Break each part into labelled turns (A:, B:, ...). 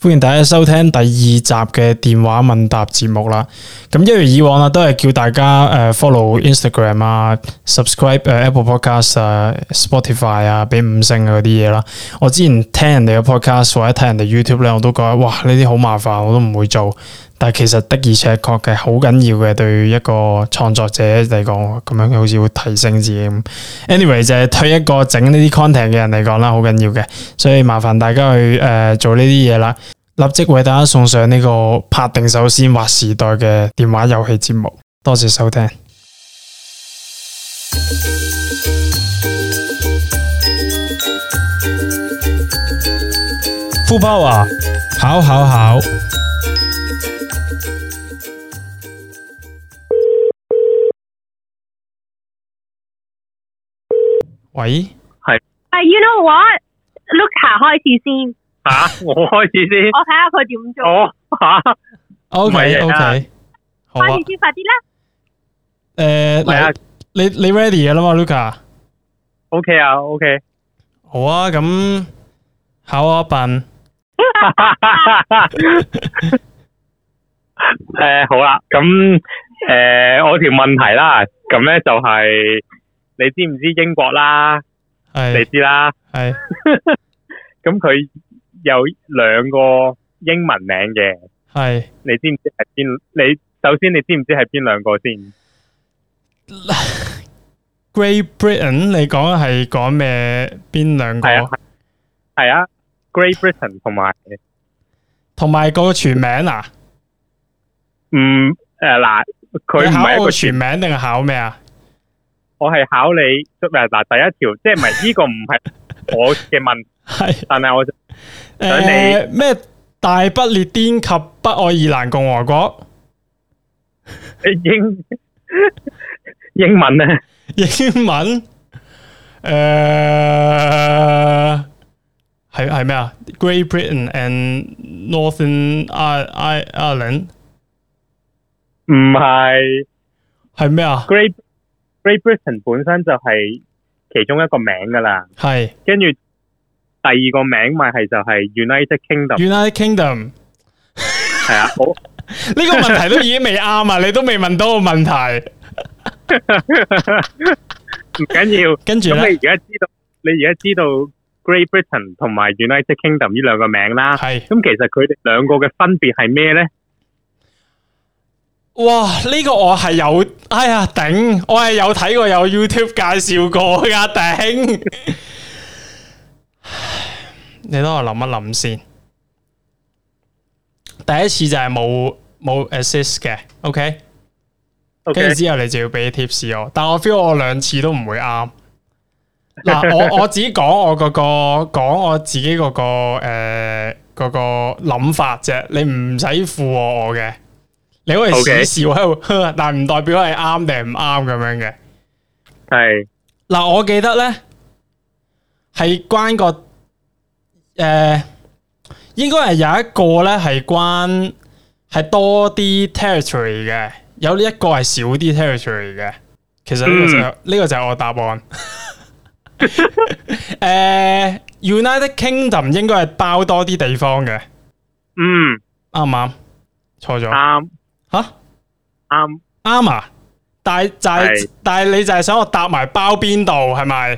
A: 歡迎大家收聽第二集嘅電話問答節目啦。咁一如以往啦，啊都係叫大家誒 follow Instagram 啊、subscribe 誒 Apple Podcast 啊、Spotify 啊，俾五星啊嗰啲嘢啦。我之前聽人哋嘅 podcast 或者睇人哋 YouTube 咧，我都覺得哇呢啲好麻煩，我都唔會做。但係其實的而且確嘅好緊要嘅，對於一個創作者嚟講，咁樣佢好似會提升自己咁。anyway 就係對一個整呢啲 content 嘅人嚟講啦，好緊要嘅，所以麻煩大家去誒、呃做呢啲嘢啦。立即為大家送上呢個拍定首先劃時代嘅電話遊戲節目，多謝收聽。富包啊，考考考！喂，
B: 但 you know what？Luca 開始先，
C: 吓，我開始先
B: 我，睇下佢點做。
C: 我吓，
A: O
C: 唔係
A: K
C: 啊
A: O K，好啊
B: 快，啲先，快啲
A: 誒，
B: 啦！
C: 係啊
A: 嗱，你你 ready 嘅啦嘛，Luca，
C: o k 啊，OK，
A: 好啊，咁考我一笨，
C: 诶，好啦，咁诶，誒我條問題啦，咁咧就係你知唔知英國啦？你
A: 係
C: 知啦，
A: 係
C: 咁佢有兩個英文名嘅，
A: 係，
C: 你知唔知係邊？你首先你知唔知係邊兩個先？
A: Great Britain，你講係講咩？邊兩
C: 係啊
A: 個？
C: 係啊，Great Britain 同埋
A: 同埋個全名啊？
C: 嗯诶嗱，佢
A: 你
C: 唔係
A: 考
C: 一
A: 我
C: 個
A: 全名定係考咩啊？
C: 我係考你誒嗱第一條，即係唔係呢個唔係我嘅問題，
A: 係
C: 但係我就想
A: 誒咩？大不列顛及北愛爾蘭共和國
C: 英英文咧，
A: 英文誒係係咩啊？Great Britain and Northern Ir- Ir- Ireland
C: 唔係
A: 係咩啊？
C: Great Great Britain 本身就係其中一個名噶啦，
A: 係
C: 跟住第二個名咪係就係 United Kingdom
A: United Kingdom
C: 係啊，好
A: 呢個問題都已經未啱啊！你都未問到我問題，
C: 唔緊要。
A: 跟住
C: 咁
A: 咧
C: 你而家知道，你而家知道 Great Britain 同埋 United Kingdom 呢兩個名啦。
A: 係。
C: 咁其實佢哋兩個嘅分別係咩咧？
A: 哇！呢、個我係有，哎呀頂！我係有睇過有 YouTube 介紹過噶頂。你等我諗一諗先。第一次就係冇冇 assist 嘅，OK。
C: OK，
A: 跟住之後你就要俾 tips 我，但我 feel 我兩次都唔會 啱。嗱，我我自己講我嗰、個講我自己嗰、個誒嗰、個諗法啫，你唔使附和我嘅，你可以
C: OK
A: 試笑 喺度，但唔代表係啱定唔啱咁樣嘅。
C: 係
A: 嗱，我記得咧係關個誒、呃，應該係有一個咧係關係多啲 territory 嘅，有呢一個係少啲 territory 嘅。其實呢個就係呢、個就係我答案。 誒、United Kingdom 應該係包多啲地方嘅，
C: 嗯
A: 啱唔啱？錯咗
C: 啱
A: 嚇？
C: 啱。
A: 啱啊！但係就係、
C: 係
A: 但係你就係想我答埋包邊度係咪？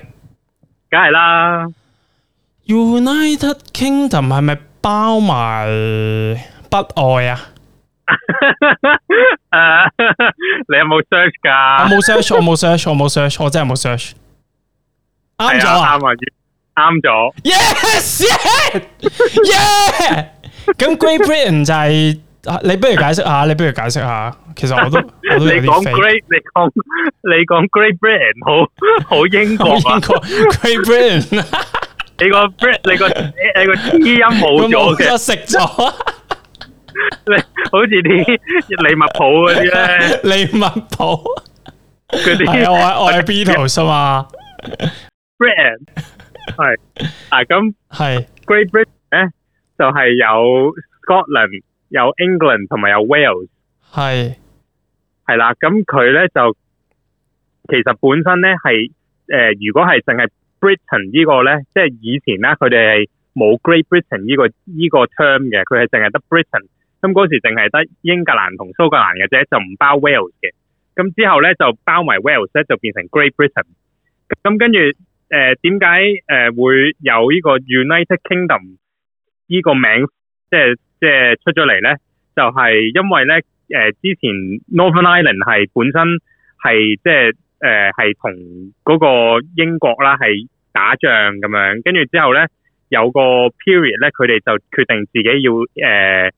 C: 梗係 啦，
A: United Kingdom 係咪包埋北愛啊？
C: 誒，你有冇 search
A: 我
C: 噶？
A: 冇 search，我冇 search，我冇 search，我真係冇 search。啱咗
C: 係
A: 啊
C: 啱啊，啱咗，
A: ！Yes，yeah，yeah。咁 Great Britain 就係啊你不如解釋下，你不如解釋下。其實我 都我都有
C: 你講
A: 啲肥。
C: Great，你講你講 Great Britain，好好英國
A: 我英
C: 啊！
A: 國 Great Britain，
C: 你個 Brit，你個你個 T 音冇
A: 我
C: 咗
A: 冇
C: 嘅，
A: 咗食 咗
C: 你好似啲利物浦嗰啲咧，
A: 利物浦。
C: 嗰
A: 係啊，
C: 啲
A: 我係我係 Beatles 啊
C: Britain 係啊，咁
A: 嘛，係
C: Great Britain 咧就係有 Scotland、有 England 同埋有 Wales。
A: 係
C: 係啦，咁佢咧就其實呃本身咧係誒，如果係淨係 Britain 呢個咧，即係以前啦，佢哋係冇 Great Britain 呢、個呢、個 term 嘅，佢係淨係得 Britain。咁嗰時淨係得英格蘭同蘇格蘭嘅啫，就唔包 Wales 嘅。咁之後咧就包埋 Wales 咧，就變成 Great Britain。咁跟住誒點解誒會有呢個 United Kingdom 呢個名即係即係出咗嚟咧？就係、因為咧誒、之前 Northern Ireland 係本身係即係誒係同嗰個英國啦係打仗咁樣，跟住之後咧有個 period 咧，佢哋就決定自己要誒誒、呃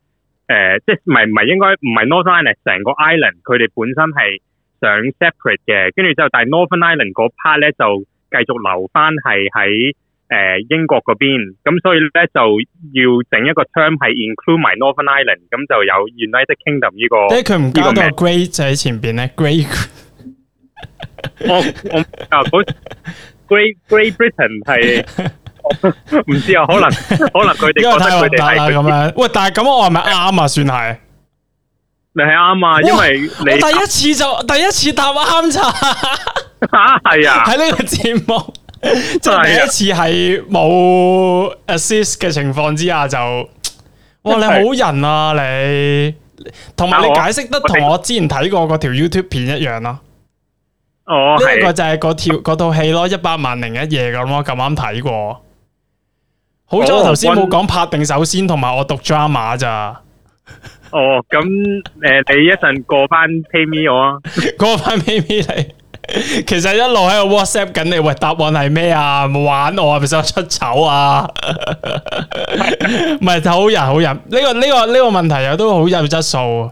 C: 呃即係唔係唔係應該唔係 Northern Ireland 成個 island 佢哋本身係想 separate 嘅，跟住之後但係 Northern Ireland 嗰 part 咧就繼續留翻係喺誒英國嗰邊，咁所以咧就要整一個 term 係 include 埋 Northern Ireland，咁就有 United Kingdom 呢、個。
A: 即係佢唔加
C: 呢個
A: 到
C: 咩
A: grey 就喺前边咧，grey
C: 我我啊嗰 Ờ, Great Great Britain 係唔知啊，可能可能佢哋
A: 因為
C: 覺得
A: 太
C: 佢
A: 核
C: 哋
A: 突啦咁
C: 係佢
A: 樣。喂，但係咁我係咪啱啊？算係
C: 你係啱啊，因為
A: 我
C: 你
A: 第一次就第一次答啱咋，
C: 啊係啊，
A: 喺呢個節目， 即
C: 係啊
A: 係第一次係冇 assist 嘅情況之下就，哇！
C: 真
A: 你
C: 係
A: 好人啊你，同埋你
C: 但我
A: 解釋得同我之前睇過嗰條 YouTube 片一樣啦。
C: 哦
A: 呢一個
C: 係
A: 就係嗰條嗰套戲咯，一百萬零一夜咁咯，咁啱睇過。好彩我頭先冇講拍定首先，同埋我讀 drama 咋，
C: 哦咁誒，你一陣過翻 pay me 我啊，
A: 嗰班 P P 你， 其實一路喺度 WhatsApp 緊你，喂答案係咩啊？冇玩我啊，係咪想出醜啊？ 唔係好人好人，呢、個呢、個呢、個問題又都好有質素，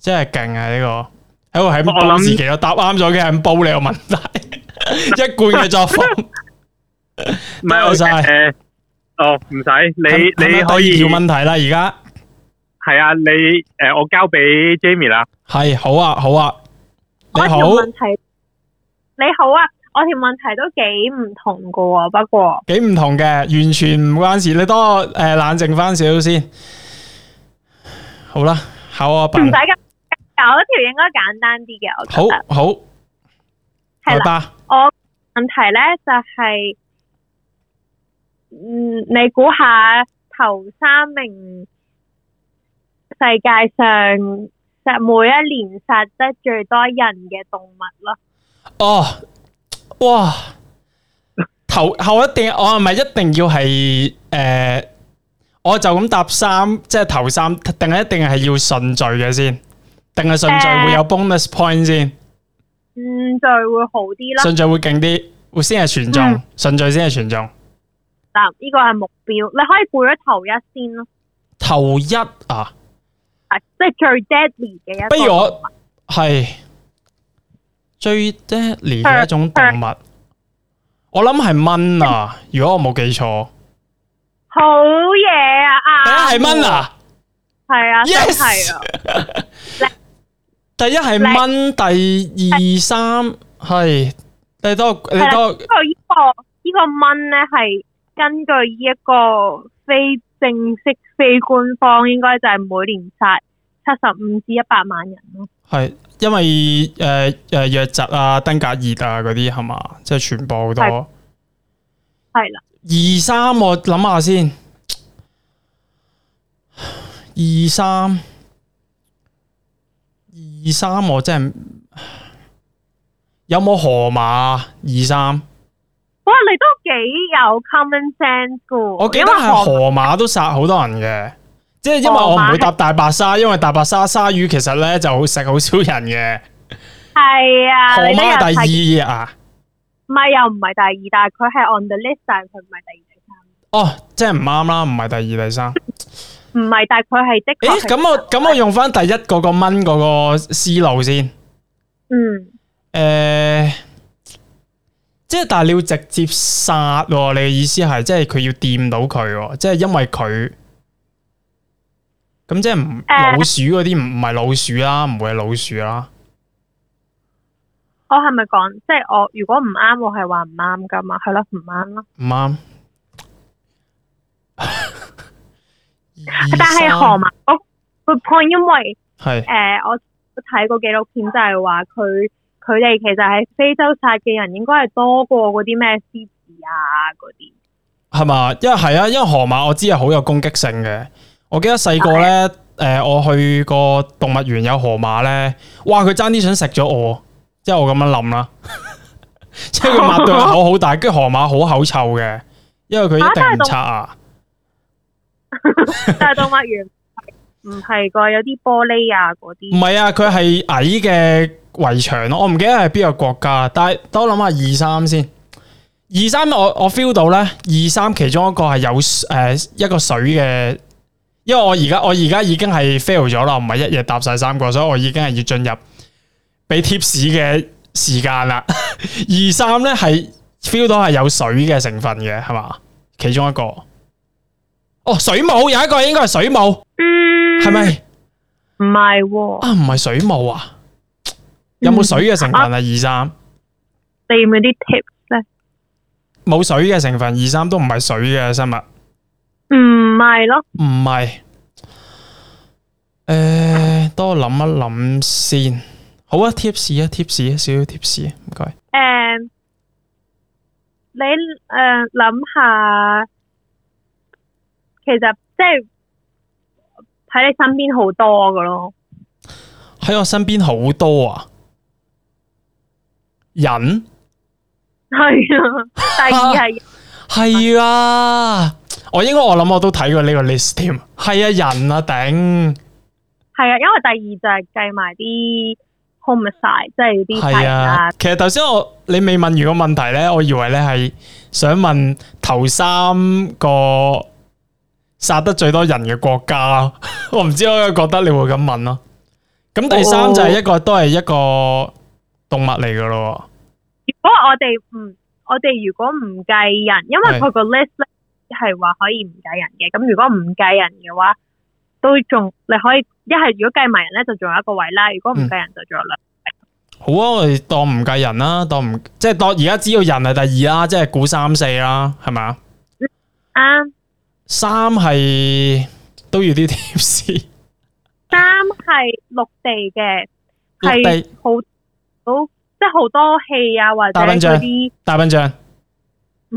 A: 真係勁啊！呢、個喺度喺度
C: 我
A: 煲
C: 諗
A: 自己咯，答啱咗嘅係咁煲你個問題， 一貫嘅作風。
C: 唔係我
A: 多謝
C: 誒，哦唔使 你
A: 係咪
C: 你可以
A: 第二條問題啦，而家。
C: 係啊，你誒我交俾 Jamie 啦，
A: 系好啊，好啊，你
B: 我
A: 好
B: 條，問題，你好啊！我條問題都幾唔同噶喎，不過
A: 几唔同嘅，完全唔关事。你等我诶、呃冷静翻少少先。好啦，考我
B: 唔使
A: 笨，
B: 咁，但我嗰條應該簡單啲嘅，我覺
A: 嗯好好来
B: 得係啦。
A: 吧。
B: 我問題咧就係，嗯，你估下頭三名世界上殺每一年殺得最多人嘅動物咯？
A: 哦，哇，头后一定我系咪一定要系诶、呃我就咁答三，即系头三，定系一定系要顺序嘅先，定系顺序
B: 呃
A: 会有 bonus point 先，
B: 嗯，就會好啲啦。
A: 顺序会劲啲，会先系全中
B: 嗯，
A: 顺、序先系全中。
B: 嗱，呢個係目標，你可以估咗頭一先咯，
A: 头一啊，
B: 係即係最 deadly 嘅一個。
A: 不如我系最 deadly 嘅一種動物，我諗係蚊啊，如果我冇記錯，
B: 好嘢啊！
A: 第
B: 啱
A: 一係蚊，啊
B: 係啊，真係啊
A: ，yes，，第一係蚊，第二三係你多你多
B: 不過呢個呢個蚊咧係根據呢一個非正式、非官方，應該就係每年殺七十五至一百萬人咯。
A: 係因為诶诶疟疾啊、登革熱啊嗰啲係嘛，即係傳播好
B: 係
A: 多。
B: 係啦，
A: 二三我諗下先，二三二三我真係有冇河馬二三？
B: 哇，你都幾有 common sense 噶喎。
A: 我記
B: 因
A: 得
B: 為
A: 係
B: 韓
A: 河馬都殺好多人嘅，即係因為我唔會搭大白鯊，因為大白鯊鯊魚其實咧就好食好少人
B: 係
A: 嘅。
B: 啊，
A: 河
B: 你都有
A: 馬
B: 睇
A: 係第二啊，
B: 唔係又唔係第二，但係佢係 on the list，但係佢唔係第二、第三，
A: 哦，即係唔啱啦，唔係第二第 三。
B: 唔係，但係佢係的
A: 誒，
B: 確係
A: 咁我咁我用翻第一嗰個蚊嗰個思路先。
B: 嗯
A: 诶、呃即系但系你要直接杀、喎，你嘅意思係即係佢要掂到佢、喎，即係因為佢咁即係唔老
B: 誒
A: 鼠嗰啲唔唔係老鼠啦，唔會係老鼠啊啦。
B: 我係咪講即係我如果唔啱，我係話唔啱噶嘛？係咯，唔啱咯。
A: 唔啱。
B: 但係河馬嗰個 point，因為
A: 系
B: 誒、呃我睇過紀錄片就係話佢佢哋 其實喺非洲殺嘅人應該係多過嗰啲咩獅子啊嗰啲。
A: 系嘛？因為係啊，因為河馬我知係好有攻擊性嘅。我記得細個咧，诶、我去個動物園有河馬咧，哇！佢爭啲想食咗我，即係我咁樣諗啦。即係佢擘對口好大，跟住河馬好口臭嘅，因為佢一定唔刷牙。
B: 但系動物園唔係個有啲玻璃啊嗰
A: 唔
B: 啲，
A: 係啊，佢係矮嘅圍牆咯，我唔記得係邊個國家，但係等我諗下二三先。二三我我 feel 到咧，二三其中一個係有诶、呃一個水嘅，因為我而家我而家已經係 fail 咗啦，唔係一夜搭晒三個，所以我已經係要進入俾 tips 嘅時間啦。 二三咧係 feel 到係有水嘅成分嘅，係嘛？其中一個哦，水母有一個應該係水母，
B: 嗯，
A: 係咪？
B: 唔係喎，
A: 啊，唔係水母啊？有冇水嘅成分啊？二三
B: 你要唔要啲 tips 咧？
A: 冇水嘅成分，二三都唔係水嘅生物，
B: 唔係咯，
A: 唔係。诶、多諗一諗先。好啊，tips 啊，tips 啊，少少 tips 啊，唔該。
B: 诶、你诶諗下，其實即係喺你身邊好多噶咯，
A: 喺我身邊好多啊，人
B: 係啊。第二係
A: 係啊，我應該我諗我都睇過呢個 list 添。係啊，人啊，頂。
B: 係啊，因為第二就係計埋啲 homicide，即係啲殺
A: 系
B: 人啊
A: 啊，其實頭先我你未問完個問題咧，我以為咧係想問頭三個殺得最多人嘅國家咯， 我唔知我覺得你會咁問咯。咁第三
B: 哦
A: 就係一個都係一個動物嚟噶咯
B: 如果我哋唔，我哋如果唔計人，因為佢個 list 咧係話可以唔計人嘅，咁如果唔計人嘅話，都仲你可以一係如果計埋人咧就仲有一個位啦，如果唔計人就仲有
A: 喎。
B: 兩。
A: 好啊，我哋當唔計人啦，當唔即係當而家只要人係第二啦，即係估三四啦，係咪啊？
B: 啱
A: 三係都要啲 tips，
B: 三係陸地嘅，
A: 陸
B: 係
A: 地
B: 好好即係好多戲啊，或者
A: 大笨象
B: 嗰啲嗯
A: 大笨象、
B: 唔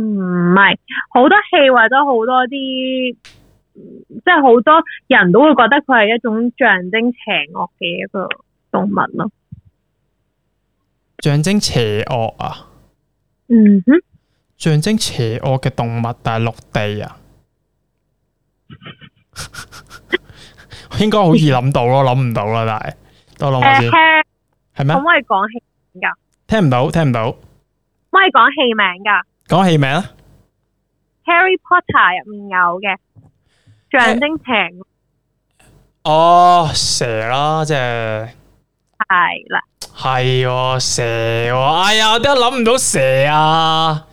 B: 係好多戲或者好多啲。嗯即係好多人都會覺得佢係一種象徵邪惡嘅一個動物咯。
A: 象徵邪惡啊。
B: 嗯哼。
A: 象徵邪惡嘅動物，但係陸地啊， 應該好易諗到咯，諗唔到啦，但係多諗下
B: 诶
A: 先，
B: 可
A: 係咩
B: 唔？可以講戲？
A: 聽唔到，聽唔到，
B: 可唔可以講戲名㗎
A: 講戲名啊！
B: Harry Potter 入面有嘅象徵情
A: 哦，蛇啦，即係
B: 係啦，
A: 係喎蛇喎，哎呀，我點解諗唔到蛇啊？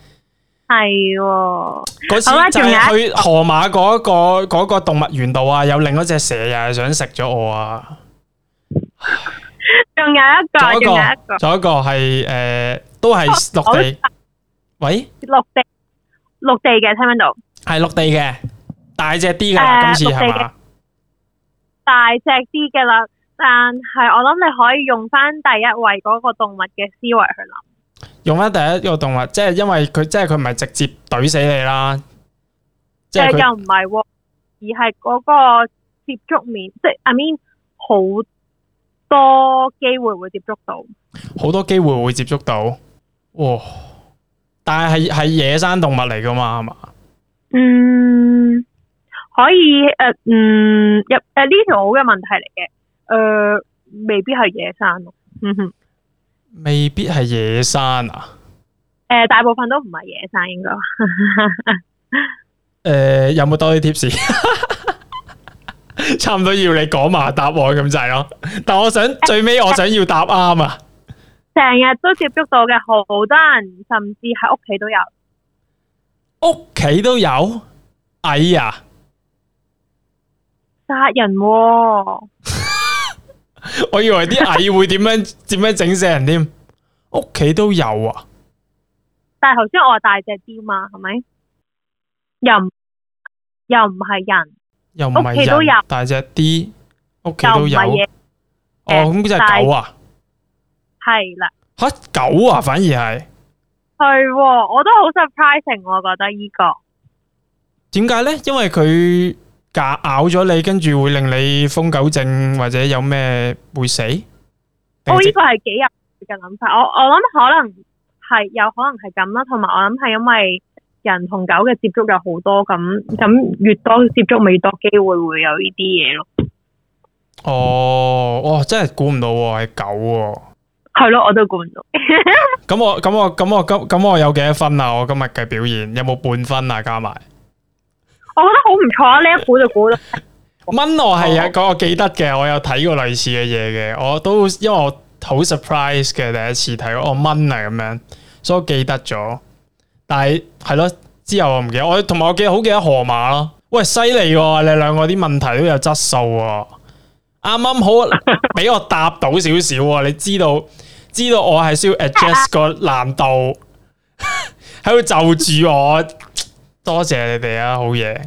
B: 係喎，
A: 嗰次
B: 好啦
A: 就
B: 仲有
A: 係去河馬嗰、個嗰、個動物園度啊，有另一隻蛇又係想食咗我啊！
B: 仲有一個，
A: 仲有一
B: 仲有一
A: 個，仲有一個係诶、呃都係陸地，喂。
B: 個陸地陸地嘅，聽唔聽到？
A: 系陸地嘅，大隻啲噶啦，
B: 誒
A: 今次係
B: 陸地
A: 嘛？
B: 大隻啲嘅啦，但係我諗你可以用翻第一位嗰個動物嘅思維去諗，
A: 用翻第一個動物，即係因為佢即係佢唔係直接懟死你啦，即係
B: 但係
A: 佢
B: 又唔係喎，而係嗰個接觸面，即係 I mean 好多機會會接觸到。
A: 好多機會會接觸到。哇！但係係系野生動物嚟噶嘛，係嘛？
B: 嗯，可以诶、呃嗯，入诶呢條好嘅問題嚟嘅，诶、未必係野生咯，嗯哼，
A: 未必係野生啊。
B: 诶、呃大部分都唔係野生應該，
A: 诶、有冇多啲 tips？差唔多要你講埋答案咁滯咯。但我想最尾我想要答啱啊！
B: 成日都接觸到嘅好多人，甚至喺屋企都有，
A: 屋企都有蟻啊！
B: 殺人喎、
A: 我以為啲蟻會點樣點樣整死人添，屋企都有啊！
B: 但係頭先我話大隻啲嘛，係咪？又唔又唔係人，
A: 又唔係
B: 屋企都有
A: 人大隻啲，屋企
B: 又
A: 都
B: 唔
A: 有。
B: 係
A: 哦
B: 野，，
A: 咁即係狗啊？
B: 係啦，
A: 吓狗啊，反而係
B: 係喎、我都好 surprising，我覺得呢、個
A: 點解咧？因為佢咬咬咗你，跟住會令你瘋狗症或者有咩會死？定
B: 我哦呢
A: 係
B: 個係幾有趣嘅諗法，我我諗可能係有可能係咁啦，同埋我諗係因為人同狗嘅接觸有好多咁，咁越多接觸咪越多機會會有呢啲嘢咯。
A: 哦，哦，真係估唔到喎，係狗喎。
B: 係咯，我都估唔到。
A: 咁我咁我咁我咁咁我有幾多分啊？我今日嘅表現有冇半分啊？加埋
B: 我覺得好唔錯啊！呢一估就估到，
A: 蚊我係有個我記得嘅，我有睇過類似嘅嘢嘅，我都因為我好 surprise 嘅第一次睇，我蚊啊咁樣，所以我記得咗。但係係咯，之後我唔記得，我同埋我記得好記得河馬咯。喂，犀利喎！你兩個啲問題都有質素喎，啱啱好俾我答到少少喎。啊你知道知道我係需要 adjust 個難度，喺度就住我。多謝你哋啊，好嘢！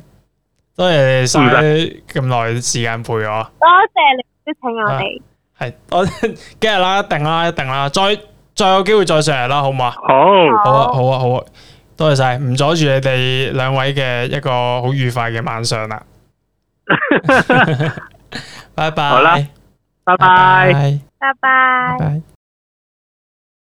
A: 多謝你哋
C: 唔
A: 嘥咁耐時間陪我。
B: 多謝你邀請我哋。
A: 係我 今日啦，一定啦，一定啦，再再有機會再上嚟啦，好唔好啊？
C: 好。
A: 好啊，好啊，好啊，多謝晒，唔阻住你哋兩位嘅一個好愉快嘅晚上啦。 拜拜，
C: 好啦拜拜。
A: 拜
B: 拜拜。
A: 拜。